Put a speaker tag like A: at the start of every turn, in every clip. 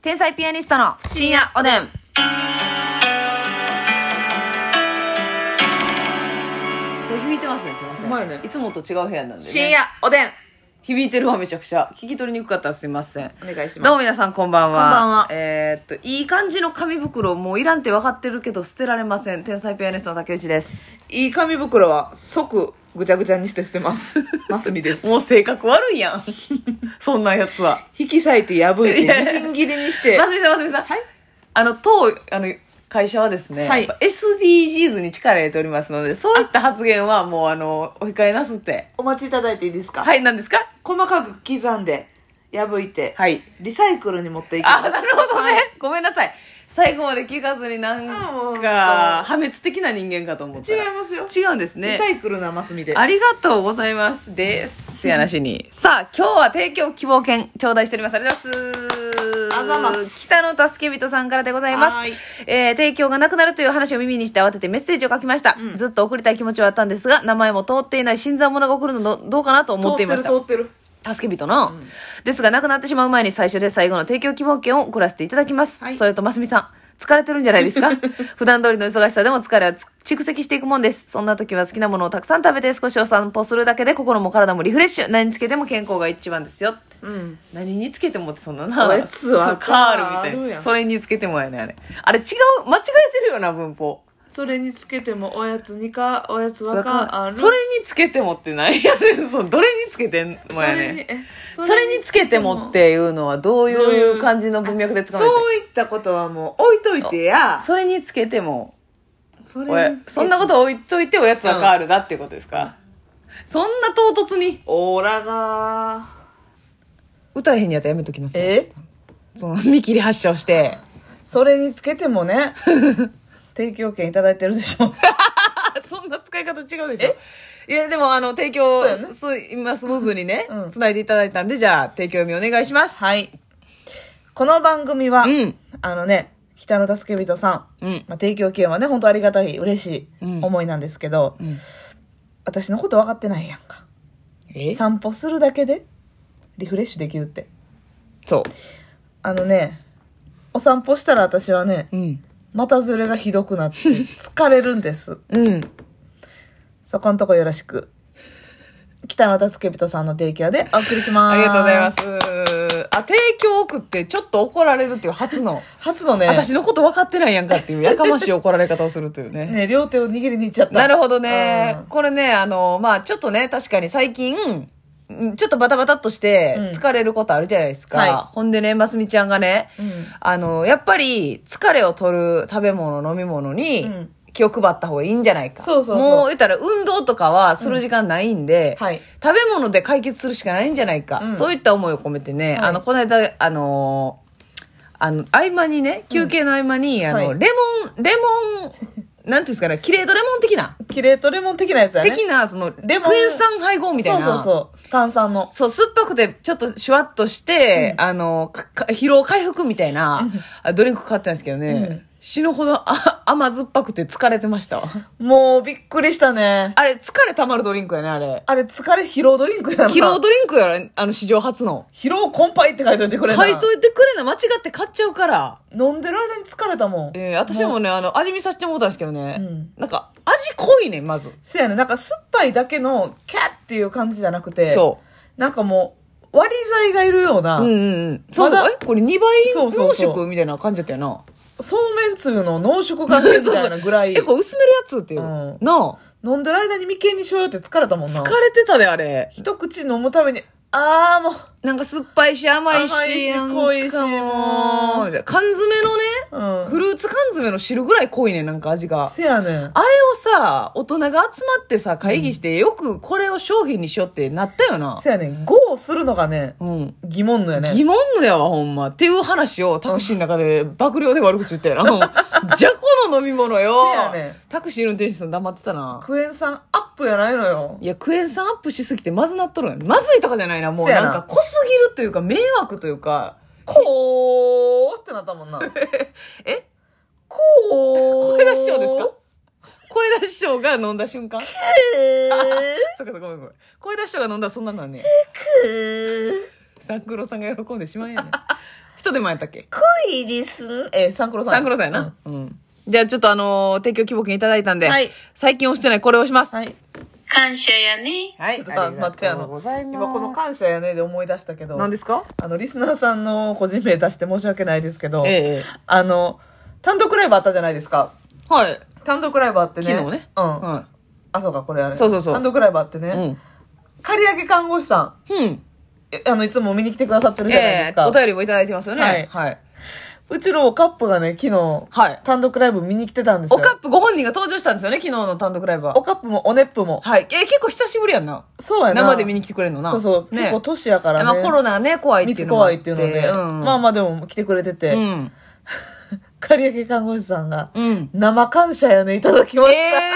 A: 天才ピアニストの深夜おでん。これ響いてますね、すいません。
B: うまいね
A: いつもと違う部屋なんで、ね。
B: 深夜おでん
A: 響いてるわ、めちゃくちゃ。聞き取りにくかったらすいません。
B: お願いし
A: どう
B: ま
A: も皆さんこんばんは。
B: こんばんは
A: えーっと、いい感じの紙袋、もういらんって分かってるけど捨てられません。天才ピアニストの竹内です。
B: すいい紙袋は即ぐちゃぐちゃにして捨てます マスミです
A: もう性格悪いやん。 そんなやつは。
B: 引き裂いて破い
A: いや
B: て
A: いや
B: みじん切りにして
A: ますみさん、ますみさん。
B: はい
A: あの、当、あの、会社はですね、
B: はい
A: やっぱ SDGs に力を入れておりますので、そういった発言はもう、あの、お控えなすって。
B: お待ちいただいていいですか、
A: はい、何ですか
B: 細かく刻んで破いて、
A: はい。
B: リサイクルに持っていき
A: あ、
B: ます
A: なるほどね。
B: は
A: ごめんなさい。最後まで聞かずになん
B: あもう
A: か、破滅的な人間かと思った
B: 違い
A: ら。
B: ますよ、
A: 違うんですね。
B: リサイクルなマスミで
A: ありがとうございます。です。せやなしに。さあ、今日は提供希望券頂戴しております。ありがとうございます。
B: あざます
A: 北野助け人さんからでございま
B: はー
A: す
B: い。
A: えー、提供がなくなるという話を耳にして慌ててメッセージを書きました。
B: うん
A: ずっと送りたい気持ちはあったんですが、名前も通っていない新参者が送るのどどうかなと思っていました
B: 通。ってる通って
A: 助け人の、ですが、なくなってしまう前に最初で最後の提供希望券を送らせていただきます。
B: はい
A: それと、ますみさん。疲れてるんじゃないですか普段通りの忙しさでも疲れはつ蓄積していくもんです。そんな時は好きなものをたくさん食べて少しお散歩するだけで心も体もリフレッシュ。何につけても健康が一番ですよ。
B: るうん
A: 何につけてもってそんなな。
B: おやつは
A: そうカール
B: カー
A: み
B: ル
A: たい
B: や
A: な。
B: ん
A: それにつけてもやね、あれ。あれ違う、間違えてるよな、文法。
B: それにつけてもおやつにかおやつ
A: それ
B: はかある
A: につけてもって何やね ん。そうどれにつけても
B: そ
A: や
B: れ
A: ねん
B: に。え
A: それにつけてもっていうのはどう
B: どう
A: い
B: いうう
A: 感じの文脈で使うんですか
B: そういったことはもう置いといてや
A: それにつけても
B: そ
A: おや
B: れに
A: そんなこと置いといておやつはカールだっていうことですか、そんな唐突に
B: オーラが
A: 歌えへんやったらやめときなさい
B: え
A: その見切り発車をして
B: それにつけて もね提供権いただいてるでしょ
A: あ そんな使い方違うでしょいやでもあの提供
B: そうやね
A: そう今スムーズにね
B: うん
A: つないでいただいたんでじゃあ提供読みお願いします
B: はいこの番組は、
A: うん
B: あのね北野助け人さん、
A: うん
B: まあ、提供権はね本当ありがたい嬉しい
A: うん
B: 思いなんですけど、
A: ん
B: 私のこと分かってないやんか
A: え
B: 散歩するだけでリフレッシュできるって
A: そ
B: あのねお散歩したら私はね
A: ううん
B: 股ずれがひどくなって疲れるんです
A: うん
B: そこんとこよろしく。北野助け人さんの提供でお送りします。
A: ありがとうございま。すあ提供送ってちょっと怒られるっていう初 の
B: 初のね、
A: 私のこと分かってないやんかっていうやかましい怒られ方をするというね。
B: ね、両手を握りに行っちゃった。
A: なるほどね、
B: うん
A: これね、あの、まあちょっとね、確かに最近、うんちょっとバタバタっとして
B: うん
A: 疲れることあるじゃないですか。
B: はい
A: ほんでね、ますみちゃんがね、
B: うん
A: あの、やっぱり疲れを取る食べ物、飲み物に、
B: うん
A: 気を配った方がいいんじゃないか。
B: そうそうそう
A: もう言ったら運動とかはする時間ないんで、
B: うんはい
A: 食べ物で解決するしかないんじゃないか。
B: うん
A: そういった思いを込めてね、
B: い
A: あの、この間、あのーあの、合間にね、休憩の合間に、あの、
B: はい
A: レモン、レモン、なんていうんですかね、キレードレモン的な、
B: キレートレモン的なやつやね。
A: 的な、その、
B: レモン
A: クエン酸配合みたいな。
B: そうそうそう。炭酸の。
A: そう、酸っぱくて、ちょっとシュワッとして、あの、かか疲労回復みたいな、あドリンク買ったんですけどね、
B: うん
A: 死ぬほどあ甘酸っぱくて疲れてま したわ。
B: もうびっくりしたね。
A: あれ、疲れ溜まるドリンクやね、あ れ。
B: あれ、疲れ疲労ドリンクやな。
A: 疲労ドリンクやろ、あの、史上初の。
B: 疲労困憊って書いといてくれな。
A: 書いといてくれな、間違って買っちゃうから。
B: 飲んでる間に疲れたもん。
A: えー、私もね、あの、味見させてもらったんですけどね。
B: うん
A: なんか、味濃いね、まず。
B: せやね、なんか酸っぱいだけの、キャッっていう感じじゃなくて、。
A: そう
B: なんかもう、割り剤がいるような、
A: うんうんうん。そう
B: ま
A: そう、
B: だ
A: えこれ2倍
B: そうそ
A: 濃
B: うそう
A: 縮みたいな感じだったよな。
B: そうめんつゆの濃縮感みたいなぐら い。
A: え、これ薄めるやつっていう。
B: うん
A: なあ。
B: 飲んでる間に眉間にしようよって疲れたもんな
A: 疲れてたで、あれ。
B: 一口飲むためにああも
A: なんか酸っぱいし甘いし、
B: 甘いし
A: なんか
B: 濃いしもう
A: じゃあ缶詰のね、
B: う、う
A: フ
B: ん、
A: ルーツ缶詰の汁ぐらい濃いねん、なんか味が。
B: せやねん
A: あれをさ、大人が集まってさ、会議して、よくこれを商品にしようってなったよな。
B: せやねんゴーするのがね
A: うん。
B: 疑問のやね
A: 疑問のやわ、ほんま。っていう話をタクシーの中で爆量で悪口言ったよ な。うんじゃこの飲み物よ
B: せやねん。
A: タクシーの運転手さん黙ってたな。
B: クエン酸アップやないのよ
A: いや、クエン酸アップしすぎてまずなっとるやんまずいとかじゃないな、もう
B: せや
A: な
B: なん
A: か濃すぎるというか、迷惑というか、
B: こうってなったもんな
A: え
B: こう
A: 声出し匠ですか声出し匠が飲んだ瞬 間
B: え
A: そうかそうかごめんごめん声出し匠が飲んだらそんなのはね
B: ー、くー
A: 三九郎さんが喜んでしまうやね一人でもやったっけ
B: いですね。え、サンクロさん。
A: サンクロさんやな。うん。じゃあちょっとあのー、提供希望券いただいたんで、
B: はい
A: 最近押してないこれを押します。
B: うん。は
A: はい。
B: い。
C: 感謝やね。
B: ちょっと待って、あの、今この感謝やねで思い出したけど、
A: 何ですか
B: あの、リスナーさんの個人名出して申し訳ないですけど、
A: ええ
B: あの、単独ライブあったじゃないですか。
A: はい。
B: 単独ライブあってね。
A: 昨日ね。
B: うん。
A: は
B: あ、そうか、これあれ。
A: そうそうそう
B: 単独ライブあって
A: い。う
B: ね。
A: ん。
B: 刈り上げ看護師さん
A: うん。
B: え、あの、いつも見に来てくださってるじゃないで
A: ええ
B: すか。
A: お便りもいただいてますよね。
B: はい
A: はい。
B: うちのカップがね、昨日、
A: はい。
B: 単独ライブ見に来てたんです
A: お
B: よ。
A: かっぷご本人が登場したんですよね、昨日の単独ライブは
B: お。かっぷもおねっぷも。
A: はい。えー、結構久しぶりやんな。
B: そうやな。
A: 生で見
B: に
A: に来てくれるのな。
B: そうそう。
A: ね
B: 結構年やからね。
A: まあコロナね、怖いってい
B: 密
A: うのもあ
B: 怖
A: て。
B: いっていうので、
A: うん。
B: まあまあでも来てくれてて、
A: うん。
B: 刈り上げ看護師さんが、
A: うん。
B: 生感謝やね、いただきま
A: え
B: した。
A: えー、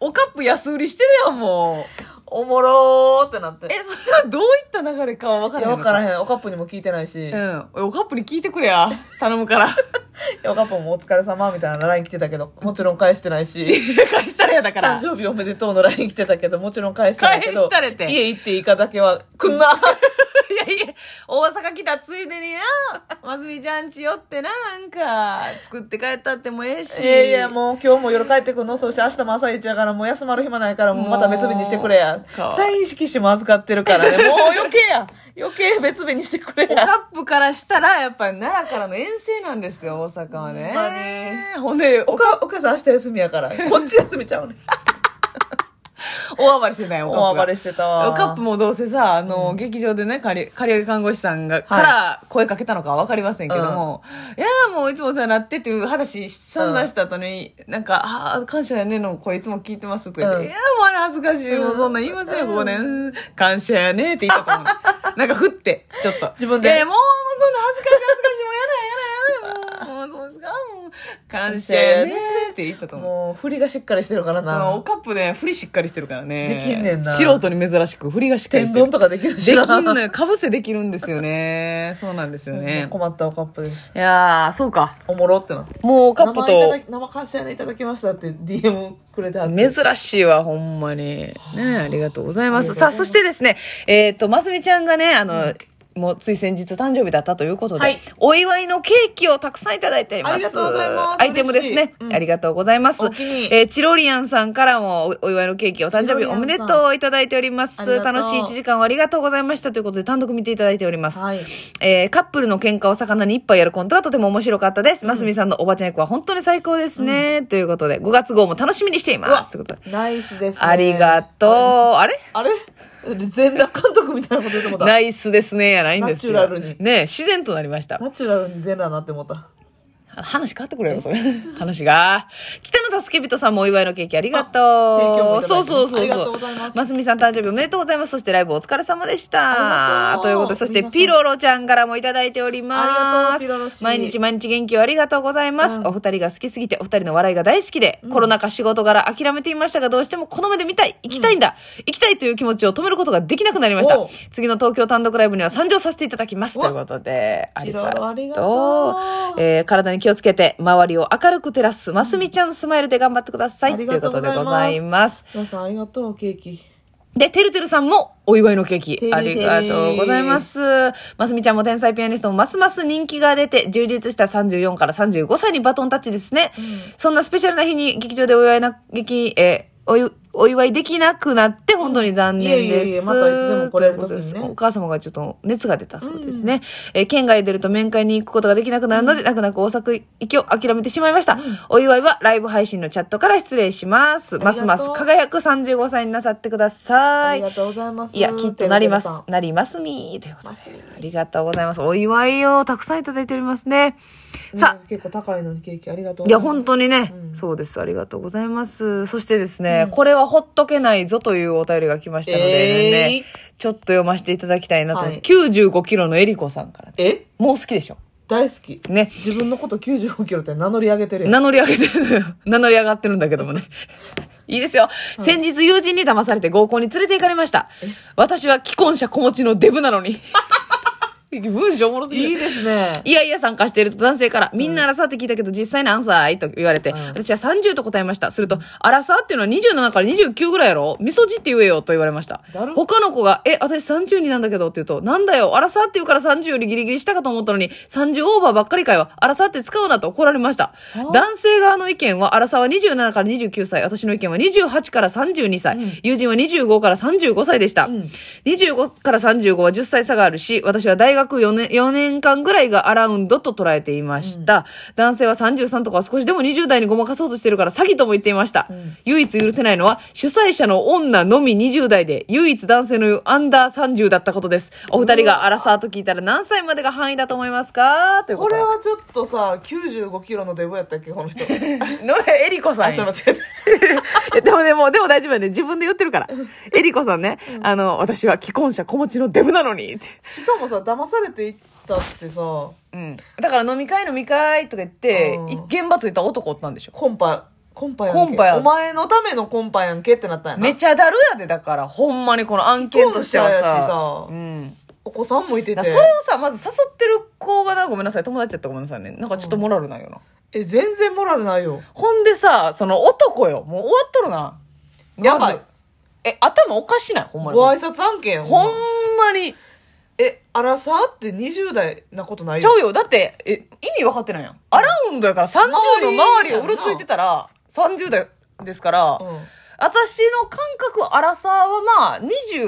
A: おかっぷ安売りしてるやん、もう。
B: おもろーってなって。
A: え、それはどういった流れかは分か
B: い
A: ら
B: や、
A: へん
B: わ
A: の
B: から
A: ん。
B: へん。おかっぷにも聞いてないし、
A: うん。おかっぷに聞いてくれや。頼むから。
B: おかっぷもお疲れ様みたいな LINE 来てたけど、もちろん返してないし、
A: 返したらやだから
B: 誕。生日おめでとうの LINE 来てたけど、もちろん返してないけど、
A: 返したれて
B: 家行っていいかだけは、くんな
A: いやいや、大阪来たついでにな、まずみちゃんち寄ってな、なんか、作って帰ったってもええし。
B: いやいや、もう今日も夜帰ってくんの、そして明日も朝一やから、もう休まる暇ないから、もうまた別日にしてくれや
A: もうかわい。い
B: 再意識しも預かってるか らね、もう余計や。余計別日にしてくれ
A: お
B: や。
A: カップからしたら、やっぱり奈良からの遠征なんですよ、大阪は
B: ほんまね
A: ね。ほんで、
B: おか、お母さん明日休みやから。こっち休みちゃうね。
A: 大暴れしてない、おカ
B: 大暴
A: ッ
B: れ
A: プ
B: してたわ。
A: が。おカップもどうせさ、あの、劇場でね、かり、かり上げ看護師さんが、から声かけたのかはわかりませんけども、いやーもういつもお世話になってっていう話散々した後に、なんか、ああ、感謝やねの声いつも聞いてますとか言って、
B: うん
A: いやーもうあれ恥ずかしい、もうそんなん言いませんよ、ここで、うん感謝やねって言ったと思う。 なんかふって、ちょっと。
B: 自分で
A: いやいやもう、もうそんな恥ずかしい恥ずかしい、もうやだやだやだもう、もうそうですかもう、感謝やねって言ったと思う。
B: もう、振りがしっかりしてるから
A: そのお
B: な。
A: カップね、振りしっかりしてるからね。
B: できんねんな
A: 素人に珍しく振りがしっかり
B: 天
A: してる。
B: 丼とかできるし
A: で
B: な。
A: きんのよ。かぶせできるんですよ ね。そうなんですよね。
B: 困ったおカップです。
A: いやー、そうか。
B: おもろってなって。
A: もうおカップ
B: 生い
A: と
B: ただ、き生感謝でいただきましたって DM くれてはって。
A: 珍しいわ、ほんまに。ねありがとうございます。さあ、そしてですね、えっ、と、ますみちゃんがね、あの、もうつい先日誕生日だったということで、
B: はい
A: お祝いのケーキをたくさんいただいています。
B: ありがとうございます
A: アイテムですね
B: 嬉しい。うん
A: ありがとうございます。
B: お気に入り
A: えーチロリアンさんからもおお祝いのケーキ、お誕生
B: チ
A: 日
B: ロリアン
A: お
B: さん
A: めでとういただいております。
B: ありがとう
A: 楽しい1時間をありがとうございましたということで、単独見ていただいております。
B: はい。
A: えーカップルの喧嘩を魚に一杯やるコントがとても面白かったです。ますみさんのおばちゃん役は本当に最高ですね。ということで、5月号も楽しみにしていう
B: わ
A: ます。ということで
B: ナイスですね。
A: ありがとう。あれ
B: あれ。あれ全裸監督みたいなこと言ってもうた。
A: ナイスですね。やないんですよ。
B: ナチュラルに
A: ねえ自然となりました。
B: ナチュラルに全裸になってもうた。
A: 話変わってくれ よ、それ。話が。北野助人さんもお祝いのケーキありがとう。
B: 提供もいただ
A: そ
B: いうて
A: そうそうそう。
B: ありがとうございます
A: すみさん誕生日おめでとうございます。そしてライブお疲れ様でし
B: ありが
A: た
B: と。う
A: ということで、そして
B: 皆さん
A: ピロロちゃんからもいただいております。
B: ありがとうピロロ氏
A: 毎日毎日元気をありがとうございます。
B: うん
A: お二人が好きすぎて、お二人の笑いが大好きで、コロナ禍仕事柄諦めていましたが、どうしてもこの目で見たい、行きたいんだ、行きたいという気持ちを止めることができなくなりました
B: おう。
A: 次の東京単独ライブには参上させていただきます。
B: うわ
A: ということで、ありが
B: ピロ
A: と
B: ロ
A: う。
B: ありがとう
A: えー体に気をつけて、周りを明るく照らす、ますみちゃんスマイルで頑張ってください。
B: あ
A: とい
B: り
A: う
B: が
A: ことと
B: うご
A: で
B: ざいます
A: ございます。
B: 皆さんありがとう、ケーキ。
A: で、てるてるさんもお祝いのケーキ。
B: てる
A: ありがとうございます。ますみちゃんも天才ピアニストもますます人気が出て、充実した34から35歳にバトンタッチですね。そんなスペシャルな日に劇場でお祝いな、劇、えーおゆお祝いできなくなって本当に残念です。
B: いえいえいえまたいつでも来れ
A: という
B: る時にね
A: ことですお母様がちょっと熱が出たそうですね。えー県外へ出ると面会に行くことができなくなるので、泣く泣く大阪行きを諦めてしまいました。お祝いはライブ配信のチャットから失礼します。
B: り
A: ま
B: がと
A: す
B: う
A: ます輝く35歳になさってくだ
B: あ
A: さい
B: り。がとうございます。
A: いや、きっとなります
B: てる。てる
A: なりますみーということで
B: ますみ。
A: ありがとうございます。お祝いをたくさんいただいておりますね。
B: さん
A: さ
B: うん結構高いのにケーキありがとう
A: いや、
B: ございます。
A: 本当にね、
B: うん
A: そうです。ありがとうございます。そしてですね、これはほっとけないぞというお便りが来ましたので、
B: えー
A: ねちょっと読ませていただきたいなと思います。95キロのえりこさんからね、
B: え
A: もう好きでしょ
B: 大好き。
A: ね。
B: 自分のこと95キロって名乗り上げてるやん。
A: 名乗り上げてる、 名乗り上がってるんだけどもね。 いいですよ。先日友人に 騙されて合コンに連れて行かれました。私は既婚者子持ちのデブなのに。文章おもろすぎる
B: いいですね。
A: いやいや参加していると男性から、みんなアラサーって聞いたけど実際何歳と言われて、
B: うん
A: 私は30と答えました。すると、アラサーっていうのは27から29ぐらいやろ味噌汁って言えよと言われました
B: だ。ろ
A: 他の子が、え、私32なんだけどって言うと、なんだよ、アラサーって言うから30よりギリギリしたかと思ったのに、30オーバーばっかりかよ、アラサーって使うなと怒られました
B: あ。
A: 男性側の意見は、アラサーは27から29歳、私の意見は28から32歳、
B: うん
A: 友人は25から35歳でした。
B: うん
A: 25から35は10歳差があるし、私は大学4年 ,4 年間ぐらいがアラウンドと捉えていました。男性は33とかは少しでも20代にごまかそうとしてるから詐欺とも言っていました。
B: ん
A: 唯一許せないのは、主催者の女のみ20代で、唯一男性のアンダー30だったことです。お二人がアラサーと聞いたら何歳までが範囲だと思いますかというこ。
B: ことれはちょっとさ、95キロのデブやったっけ、この人。
A: のれ、えりこさん
B: あ、
A: や。
B: それ間違
A: え でもね、もう、でも大丈夫よね。自分で言ってるから。えりこさんね、あの、私は既婚者子持ちのデブなのに、って。
B: えた。しかもさ、騙されていったってさ、
A: うん、だから飲み会飲み会とか言って、
B: うん
A: い現場ついた男おったんでしょ
B: コンパ、コンパやんけ。
A: コンパや
B: お前のためのコンパやんけってなったんやな。
A: めちゃだるやでだからほんまにこの案件としては
B: 既婚者
A: さ
B: やしさ
A: うん、
B: お子さんもいて
A: だ
B: て
A: から。それをさまず誘ってる子がなごめんなさい友達やったらごめんなさいねなんかちょっとモラルないよな、
B: え、全然モラルないよ。
A: ほんでさその男よもう終わっとるな
B: やば
A: ま
B: い
A: ずえ頭おかしないほんまに
B: ご挨拶案件やん
A: ほん
B: ほんま
A: まに
B: え、アラサーって20代なことない
A: ちゃ
B: よ。
A: うよだってえ意味分かってないやんアラウンドやから30の周りをうろついてたら30代ですから、私の感覚、アラサーはまあ、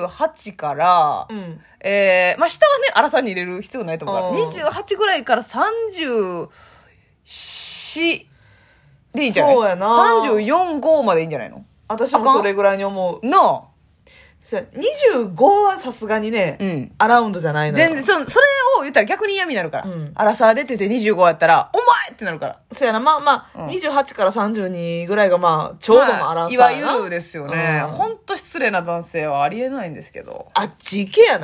A: 28から、
B: うん。うん。
A: えー、まあ下はね、アラサーに入れる必要ないと思うから、
B: う
A: 28ぐらいから34でいいんじゃない
B: そうやな
A: ?34、5までいいんじゃないの
B: 私もそれぐらいに思う。
A: な
B: せや25はさすがにね、
A: あうん。
B: アラウンドじゃないのよ
A: 全然、そのそれを言ったら逆に嫌味になるから。
B: うん
A: アラサー出てて25やったら、お前ってなるから。
B: そうやな、まあま
A: う
B: あ、
A: ん
B: 28から32ぐらいがまあ、ちょうどのアランサーやな。
A: まあいわゆるですよね。
B: うん
A: ほんと失礼な男性はありえないんですけど。
B: あっち行けやな。